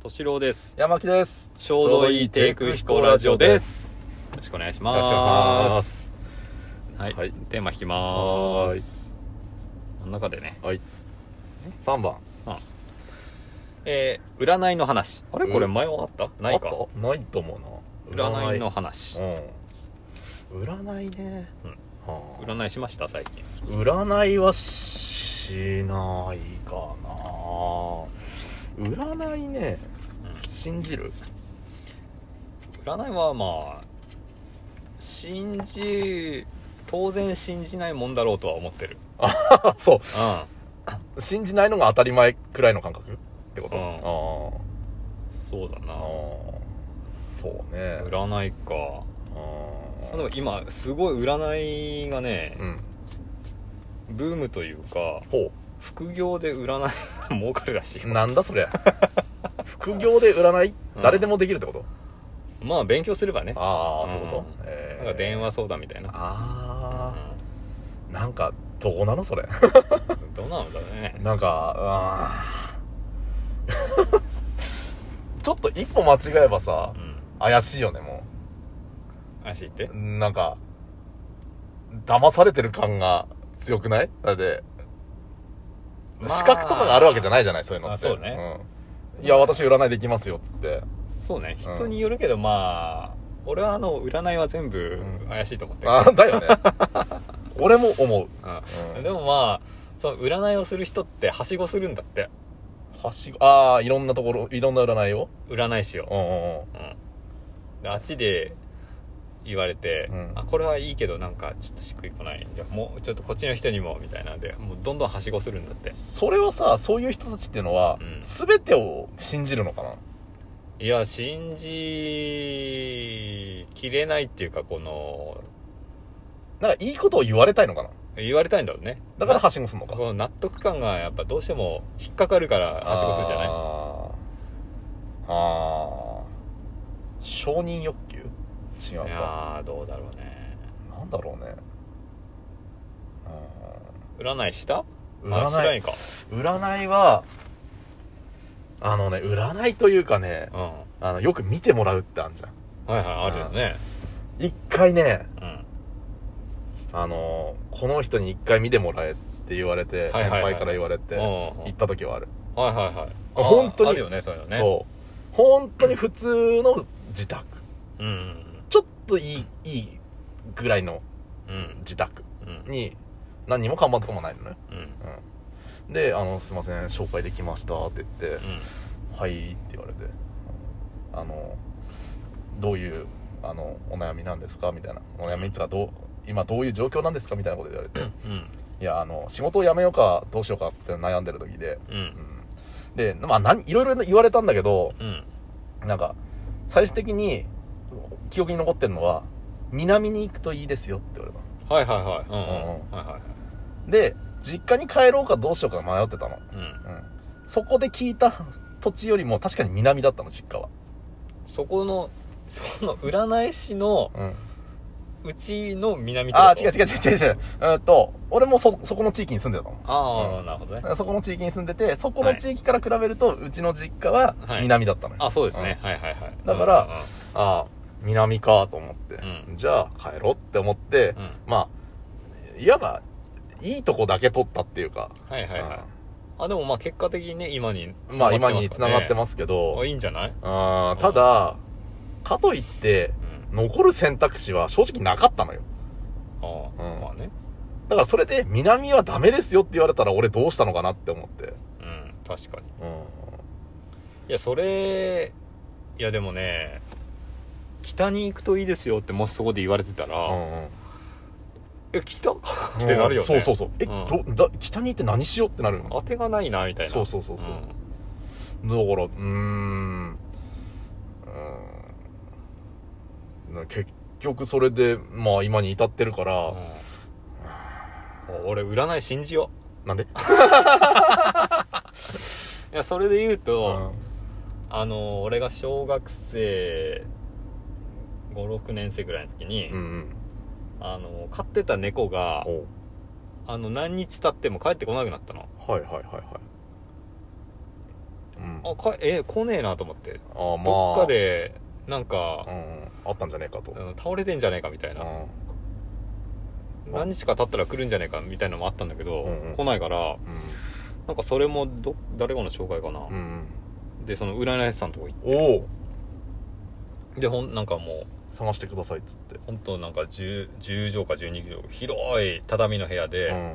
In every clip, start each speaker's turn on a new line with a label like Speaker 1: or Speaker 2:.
Speaker 1: 敏郎です。
Speaker 2: 山木です。
Speaker 1: ちょうどいいテイク飛行ラジオです。よろしくお願いし
Speaker 2: よ
Speaker 1: ま
Speaker 2: ろ
Speaker 1: す。
Speaker 2: しくお願いします。
Speaker 1: はい、
Speaker 2: はい
Speaker 1: テーマ引きま
Speaker 2: は
Speaker 1: ー
Speaker 2: ーい
Speaker 1: す。この中でね、
Speaker 2: はい。三番。
Speaker 1: えー、占いの話。あれ
Speaker 2: うん
Speaker 1: これ前はあったないか
Speaker 2: あ。った。ないと思うな。
Speaker 1: 占いの。話。
Speaker 2: うん。占いね。
Speaker 1: うん
Speaker 2: はあ
Speaker 1: 占いしました最近。
Speaker 2: 占いはしないかな。占いね。信じる。
Speaker 1: 占いはまあ、信じ、当然信じないもんだろうとは思ってる。
Speaker 2: あ、そ
Speaker 1: うん。
Speaker 2: う。信じないのが当たり前くらいの感覚ってこ
Speaker 1: うんそ
Speaker 2: と。
Speaker 1: うだ
Speaker 2: ああ。ああ
Speaker 1: な。
Speaker 2: そうね。
Speaker 1: 占いか。
Speaker 2: あ
Speaker 1: でも今、すごい占いがね
Speaker 2: ー。、うん。
Speaker 1: ブームというか、
Speaker 2: ほう。
Speaker 1: 副業で占いが儲かるらしいよ
Speaker 2: なんだそりゃ副業で占い
Speaker 1: うん
Speaker 2: 誰でもできるってこと、
Speaker 1: まあ勉強すればね
Speaker 2: ああそういうこと、
Speaker 1: うん
Speaker 2: え
Speaker 1: な
Speaker 2: ー
Speaker 1: んか電話相談みたいな
Speaker 2: ああなんかどうなのそれ
Speaker 1: うんどうなのだろうね
Speaker 2: なんかうん ちょっと一歩間違えばさ
Speaker 1: うん
Speaker 2: 怪しいよねも
Speaker 1: 足行って
Speaker 2: うなんか騙されてる感が強くないだって、
Speaker 1: まあ
Speaker 2: 資格とかがあるわけじゃないじゃないそういうのって
Speaker 1: あそうね、
Speaker 2: うんいや私占いできますよっつって
Speaker 1: そうね
Speaker 2: うん
Speaker 1: 人によるけどまあ俺はあの占いは全部
Speaker 2: うん
Speaker 1: 怪しいと思ってる
Speaker 2: あだよね 俺も
Speaker 1: う
Speaker 2: 思う
Speaker 1: ん
Speaker 2: うん
Speaker 1: でもまあその占いをする人ってはしごするんだって
Speaker 2: はしご、ああ、いろんなところ、いろんな占いを
Speaker 1: 占い師を
Speaker 2: うんうんうん。
Speaker 1: うんであっちで言われて、
Speaker 2: うん
Speaker 1: あこれはいいけどなんかちょっとしっくりこないじゃあもうちょっとこっちの人にもみたいなんでもうどんどんはしごするんだって
Speaker 2: それはさ、そういう人たちっていうのは
Speaker 1: うん、
Speaker 2: すべてを信じるのかない
Speaker 1: や信じきれないっていうかこの
Speaker 2: なんかいいことを言われたいのかな
Speaker 1: 言われたいんだろうね
Speaker 2: だから
Speaker 1: な
Speaker 2: はしごするのか。
Speaker 1: この納得感がやっぱどうしても引っかかるからはしごするじゃない
Speaker 2: あーあー。承認欲求違
Speaker 1: い
Speaker 2: うか。
Speaker 1: やーどうだろうね
Speaker 2: なんだろうね。
Speaker 1: 占いした
Speaker 2: うん
Speaker 1: あしない
Speaker 2: 占い、
Speaker 1: か
Speaker 2: 占いは、あのね、占いというかね
Speaker 1: う、ん
Speaker 2: あの、よく見てもらうってあるじゃん。
Speaker 1: はいはいあるよね
Speaker 2: 一回ね、
Speaker 1: うん
Speaker 2: あのーこの人に一回見てもらえって言われて、
Speaker 1: はいはいはい
Speaker 2: 先輩から言われて、
Speaker 1: うんうんうん
Speaker 2: 行った時はある。
Speaker 1: はいはいはい
Speaker 2: あ本当に
Speaker 1: あるよねそういうのね
Speaker 2: そう。本当に普通の自宅。
Speaker 1: ううん
Speaker 2: ちょっといい、いいぐらいの
Speaker 1: うん
Speaker 2: 自宅
Speaker 1: うん
Speaker 2: に、何にも看板とかもないのね。
Speaker 1: うんうん
Speaker 2: うん。で、あの、すいません、紹介できましたって言って、はいって言われて、あの、どういう、あの、お悩みなんですかみたいな。お悩みっていうか、どう、今どういう状況なんですかみたいなこと言われて。
Speaker 1: うん
Speaker 2: いや、あの、仕事を辞めようか、どうしようかって悩んでる時で、
Speaker 1: うんう
Speaker 2: うんん。で、まあ、なんいろいろ言われたんだけど、
Speaker 1: うん
Speaker 2: なんか、最終的に、記憶に残ってるのは、南に行くといいですよって言われ
Speaker 1: はいはいはいうんうん
Speaker 2: うんうん
Speaker 1: はいはいはい
Speaker 2: た。で、実家に帰ろうかどうしようか迷ってたの。
Speaker 1: うん
Speaker 2: うん。そこで聞いた土地よりも確かに南だったの、実家は。
Speaker 1: そこのその占い師の
Speaker 2: うん。
Speaker 1: うちの南ってこと
Speaker 2: ああ、違う違う違う違う違う。うんと、俺もそ、そこの地域に住んでたの。
Speaker 1: ああ、
Speaker 2: うん
Speaker 1: なるほどね
Speaker 2: そこの地域に住んでて、そこの地域から比べると、うちの実家は
Speaker 1: はい
Speaker 2: 南だったのよ。
Speaker 1: あそうですね、はいはいはい
Speaker 2: だからああ南かと思って、
Speaker 1: うん
Speaker 2: じゃあ帰ろうって思って、
Speaker 1: うんうんうんうん
Speaker 2: まあいわばいいとこだけ取ったっていうか、
Speaker 1: はいはいはいあでもまあ結果的にね今に
Speaker 2: うんまあ今に繋がってますすけ
Speaker 1: からね
Speaker 2: ど
Speaker 1: あ、いいんじゃない
Speaker 2: あーただかといって
Speaker 1: うん
Speaker 2: 残る選択肢は正直なかったのよ
Speaker 1: ああ、
Speaker 2: うん
Speaker 1: まあね
Speaker 2: だからそれで南はダメですよって言われたら俺どうしたのかなって思って
Speaker 1: うん確かに
Speaker 2: うん
Speaker 1: いやそれいやでもね北に行くといいですよってもしそこで言われてたら、
Speaker 2: うん
Speaker 1: え北 ってなるよね
Speaker 2: そうそうそうえ、
Speaker 1: うん
Speaker 2: どだ北に行って何しようってなるの
Speaker 1: 当てがないなみたいな
Speaker 2: そうそうそうそうだからうーんうーんな結局それでまあ今に至ってるから、
Speaker 1: うんうん俺占い信じよ
Speaker 2: なんで、
Speaker 1: ういやそれで言うと、
Speaker 2: うん
Speaker 1: あの俺が小学生56年生ぐらいの時に、
Speaker 2: うんうん
Speaker 1: あの飼ってた猫が
Speaker 2: おう
Speaker 1: あの何日経っても帰ってこなくなったの
Speaker 2: はいはいはいはいうん
Speaker 1: あかえ来ねえなと思って
Speaker 2: あーまあ
Speaker 1: どっかでなん
Speaker 2: う
Speaker 1: か、
Speaker 2: んあったんじゃねえかと、うん
Speaker 1: うん倒れてんじゃねえかみたいな、何日か経ったら来るんじゃねえかみたいなのもあったんだけど、
Speaker 2: うんうん
Speaker 1: 来ないからなんかそれもど誰かの紹介かな、
Speaker 2: うんうん
Speaker 1: でその占い師さんのとこ行っ
Speaker 2: おお
Speaker 1: てでほんなんかもう
Speaker 2: 探してくださいっつって、
Speaker 1: 本当なんか 10, 10畳か12畳広い畳の部屋で、
Speaker 2: うん、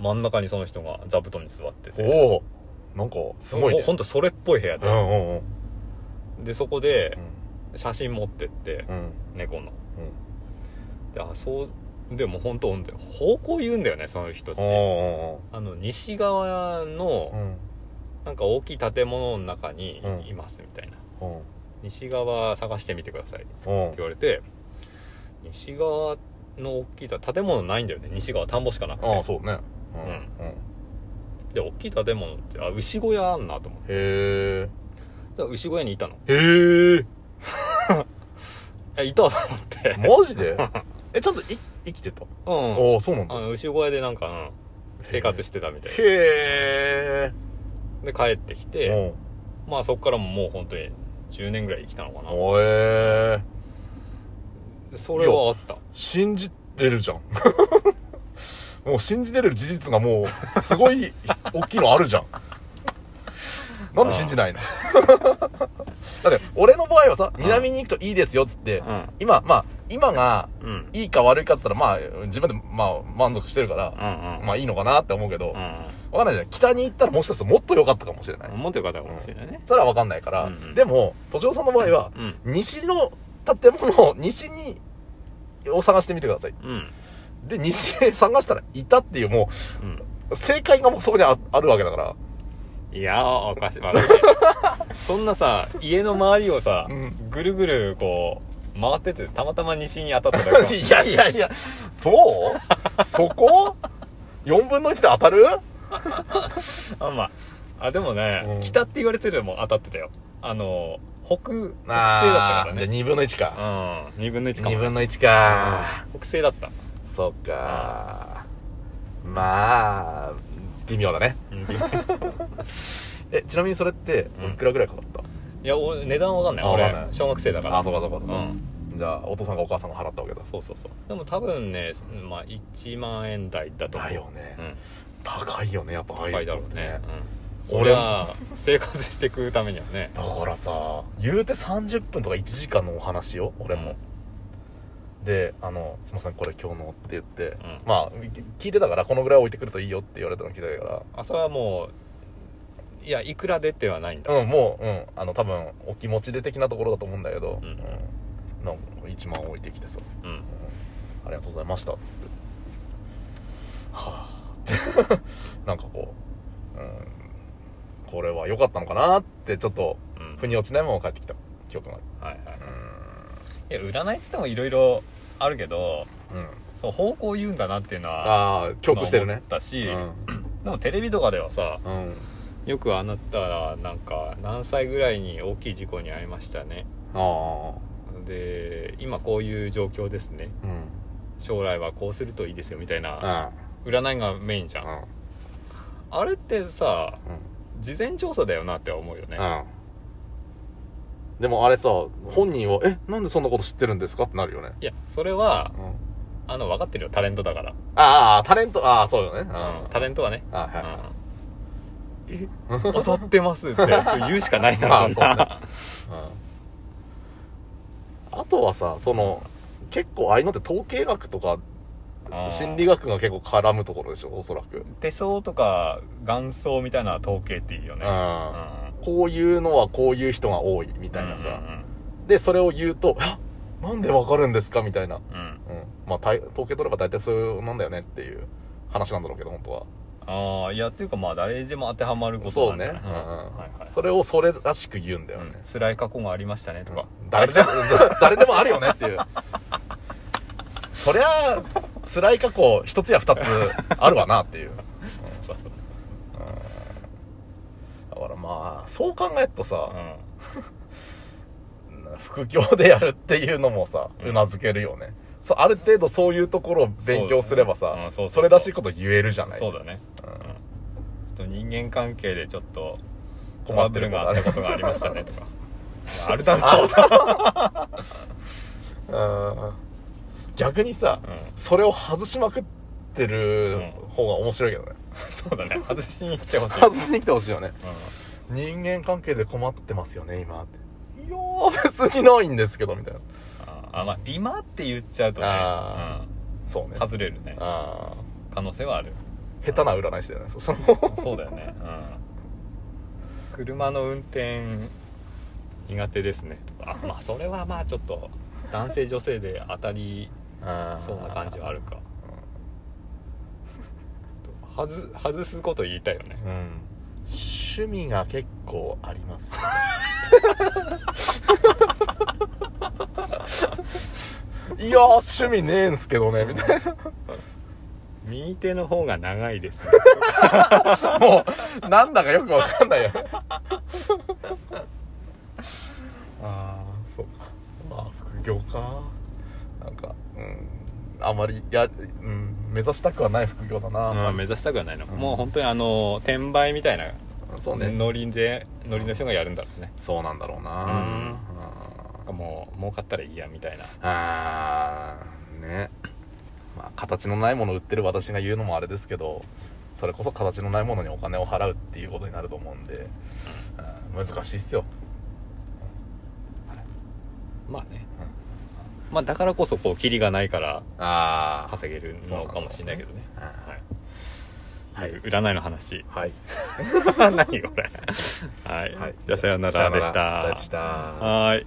Speaker 1: 真ん中にその人が座布団に座ってて
Speaker 2: おおなんかすごいね
Speaker 1: ほんとそれっぽい部屋
Speaker 2: う
Speaker 1: で、
Speaker 2: んうんうん
Speaker 1: でそこで写真持ってって、
Speaker 2: うんうん
Speaker 1: 猫のであそうでも本当ほんと方向言うんだよねその人た
Speaker 2: う
Speaker 1: ち
Speaker 2: ん
Speaker 1: あの西側の、
Speaker 2: うんうん
Speaker 1: なんか大きい建物の中に
Speaker 2: うん
Speaker 1: いますみたいな、
Speaker 2: うん
Speaker 1: 西側探してみてくださいって
Speaker 2: うん
Speaker 1: 言われて西側の大きい建建物ないんだよね西側田んぼしかなくて
Speaker 2: ああそうねうん
Speaker 1: うん
Speaker 2: うん
Speaker 1: で大きい建物ってあ牛小屋あんなと思って
Speaker 2: へ
Speaker 1: だから牛小屋にいたの
Speaker 2: えへえ
Speaker 1: えいたと思って
Speaker 2: マジ でえちゃんと生き生きてた
Speaker 1: うん
Speaker 2: ああそうなんだ
Speaker 1: あの牛小屋でなんか、うん生活してたみたい
Speaker 2: へ
Speaker 1: で帰ってき
Speaker 2: え
Speaker 1: てまあそこからももう本当に10年ぐらい生きたのかな
Speaker 2: おえ
Speaker 1: でそれはあった
Speaker 2: 信じれるじゃん もう信じれる事実がもうすご い大きいのあるじゃんなんで信じないの だって俺の場合はさ
Speaker 1: うん
Speaker 2: 南に行くといいですよっつって
Speaker 1: うん
Speaker 2: 今まあ今が
Speaker 1: うんうん
Speaker 2: いいか悪いかっつったらまあ自分でまあ満足してるから
Speaker 1: うんうん
Speaker 2: まあいいのかなって思うけ
Speaker 1: う
Speaker 2: ど
Speaker 1: ん
Speaker 2: わかんないじゃん北に行ったらもしかするともっと良かったかもしれない
Speaker 1: 思ってる方かもしれないね
Speaker 2: それはわかんないから、
Speaker 1: うんうん
Speaker 2: でも都庁さんの場合は
Speaker 1: うん
Speaker 2: 西の建物を西にを探してみてください
Speaker 1: うん
Speaker 2: で西へ探したらいたっていうも
Speaker 1: うん
Speaker 2: う正解がもうそこにああるわけだから
Speaker 1: いやーおかしい、まあ ねそんなさ家の周りをさ、
Speaker 2: うん
Speaker 1: ぐるぐるこう回っててたまたま 西に当たっただけ
Speaker 2: いやいやいやそうそこ4分の1で当たる
Speaker 1: あまああでもね、
Speaker 2: うん
Speaker 1: 北って言われてるのも当たってたよあの北北西だったから
Speaker 2: で
Speaker 1: ね
Speaker 2: 2分の1
Speaker 1: う
Speaker 2: か
Speaker 1: ん2分の1か
Speaker 2: 2
Speaker 1: も
Speaker 2: 分の1か
Speaker 1: 北西だった
Speaker 2: そっかまあ微妙だねえちなみにそれって
Speaker 1: うん
Speaker 2: おいくらぐらいかかった、
Speaker 1: いや俺値段わかんない
Speaker 2: あわかんない
Speaker 1: 俺小学生だから
Speaker 2: あそうかそうかそうか、
Speaker 1: ん
Speaker 2: じゃあお父さんかお母さんが払ったわけだ
Speaker 1: そうそうそうでも多分ね、まあ、1万円台だと思う
Speaker 2: だよね
Speaker 1: うん
Speaker 2: 高いよねやっぱああい
Speaker 1: 高
Speaker 2: う
Speaker 1: いだ
Speaker 2: 人
Speaker 1: ろ
Speaker 2: っ
Speaker 1: う
Speaker 2: て
Speaker 1: ね
Speaker 2: ね、
Speaker 1: うん、俺は生活していくためにはね
Speaker 2: だからさ言うて30分とか1時間のお話よ俺も、であの「すいませんこれ今日の」って言って、
Speaker 1: うん
Speaker 2: まあ聞いてたからこのぐらい置いてくるといいよって言われたの聞いてたか
Speaker 1: あそれはもういやいくらでってはないんだ、
Speaker 2: らうんもううんあの多分お気持ちで的なところだと思うんだけど、
Speaker 1: うん
Speaker 2: うんなんか1万置いてきてさ、
Speaker 1: うん
Speaker 2: うんありがとうございました」っつってはあってなんかこう、うん、これは良かったのかなってちょっと
Speaker 1: うん
Speaker 2: 腑に落ちないまま帰ってきた記憶があ
Speaker 1: は
Speaker 2: る
Speaker 1: いはいいや占いっつってもいろいろあるけど
Speaker 2: うん、うん、
Speaker 1: そう方向言うんだなっていうのは
Speaker 2: ああ共通してる
Speaker 1: まあ
Speaker 2: ね
Speaker 1: 思ったし、
Speaker 2: う
Speaker 1: でもテレビとかではさ
Speaker 2: ん、うん、
Speaker 1: よくあなたはなんか何歳ぐらいに大きい事故に遭いましたね
Speaker 2: ああ
Speaker 1: で今こういう状況ですね
Speaker 2: うん
Speaker 1: 将来はこうするといいですよみたいな
Speaker 2: あ
Speaker 1: 占いがメインじゃん、あれってさ
Speaker 2: うん
Speaker 1: 事前調査だよなって思うよね、
Speaker 2: うんでもあれさ本人は「えなんでそんなこと知ってるんですか?」ってなるよね、
Speaker 1: いやそれは
Speaker 2: うん、
Speaker 1: あの分かってるよタレントだから、
Speaker 2: ああタレントああそうよね、うん、
Speaker 1: タレントはね、
Speaker 2: あはい、
Speaker 1: うん、当たってますって言うしかないな
Speaker 2: まあ
Speaker 1: そんな、
Speaker 2: あとはさその結構ああいうのって統計学とか
Speaker 1: あー
Speaker 2: 心理学が結構絡むところでしょおそらく、
Speaker 1: 手相とか眼相みたいな統計っていいよね、うん
Speaker 2: うんこういうのはこういう人が多いみたいなさ、でそれを言うと「あなんでわかるんですか?」みたいな、
Speaker 1: うんうんうん
Speaker 2: うん、まあたい統計取れば大体そういうなんだよねっていう話なんだろうけど本当は
Speaker 1: ああいやっていうかまあ誰でも当てはまることな
Speaker 2: そうん
Speaker 1: じ
Speaker 2: ね、う
Speaker 1: ゃない
Speaker 2: ん
Speaker 1: はいはい
Speaker 2: それをそれらしく言うんだよね、
Speaker 1: うん辛い過去がありましたねとか、
Speaker 2: 誰でも 誰でもあるよねっていうそりゃ辛い過去一つや二つあるわなっていう、
Speaker 1: そう
Speaker 2: だからまあそう考えると
Speaker 1: う
Speaker 2: さ、
Speaker 1: ん
Speaker 2: 副業でやるっていうのもさ
Speaker 1: うん
Speaker 2: うなずけるよね、そうある程度そういうところを勉強すれば
Speaker 1: そうだねうん
Speaker 2: さ
Speaker 1: そうそうそう
Speaker 2: それらしいこと言えるじゃない
Speaker 1: そうだね、うんちょっと人間関係でちょっとトラブルがあったことがありましたねとかあるだ
Speaker 2: あ
Speaker 1: ろう
Speaker 2: るうん逆にさ、
Speaker 1: うん
Speaker 2: それを外しまくってる
Speaker 1: うん
Speaker 2: 方が面白いけどね、
Speaker 1: そうだね外しに来てほしい、
Speaker 2: 外しに来てほしいよね
Speaker 1: う、
Speaker 2: 人間関係で困ってますよね今っていやー別にないんですけどみたいなん
Speaker 1: ああまあ今って言っちゃうとね、
Speaker 2: あそう
Speaker 1: う
Speaker 2: ね
Speaker 1: ん、外れるね
Speaker 2: あ
Speaker 1: 可能性はある
Speaker 2: ー下手な占い師だよねそ したらもう
Speaker 1: そうだよね、うん、車の運転苦手ですねとかあまあそれはまあちょっと男性女性で当たり
Speaker 2: あー
Speaker 1: そうな感じはあるか外外すこと言いたいよね
Speaker 2: うん、趣味が結構あり ます、いやー趣味ねえんすけどねみたい
Speaker 1: 右手の方が長いですね
Speaker 2: なもう なんだかよくわかんないよ ああそうかまあ副業かなんかうんあまりや、うん、目指したくはない副業だな、
Speaker 1: うん目指したくはないの、
Speaker 2: うん
Speaker 1: もう本当にあの転売みたいな
Speaker 2: そうね
Speaker 1: ノリでノリの人がやるんだろうね
Speaker 2: そうなんだろうな
Speaker 1: うん
Speaker 2: うん
Speaker 1: もう儲かったらいいやみたいな
Speaker 2: あーねまあ形のないものを売ってる私が言うのもあれですけどそれこそ形のないものにお金を払うっていうことになると思うんで、うん難しいっすよ、
Speaker 1: まあね
Speaker 2: うん
Speaker 1: まあだからこそこうキリがないから
Speaker 2: ああ
Speaker 1: 稼げるのかもしれないけどね
Speaker 2: は
Speaker 1: はいい、 占いの話
Speaker 2: はい
Speaker 1: 何これはい、
Speaker 2: はい
Speaker 1: じゃあさようならでした
Speaker 2: さよならでした
Speaker 1: はーい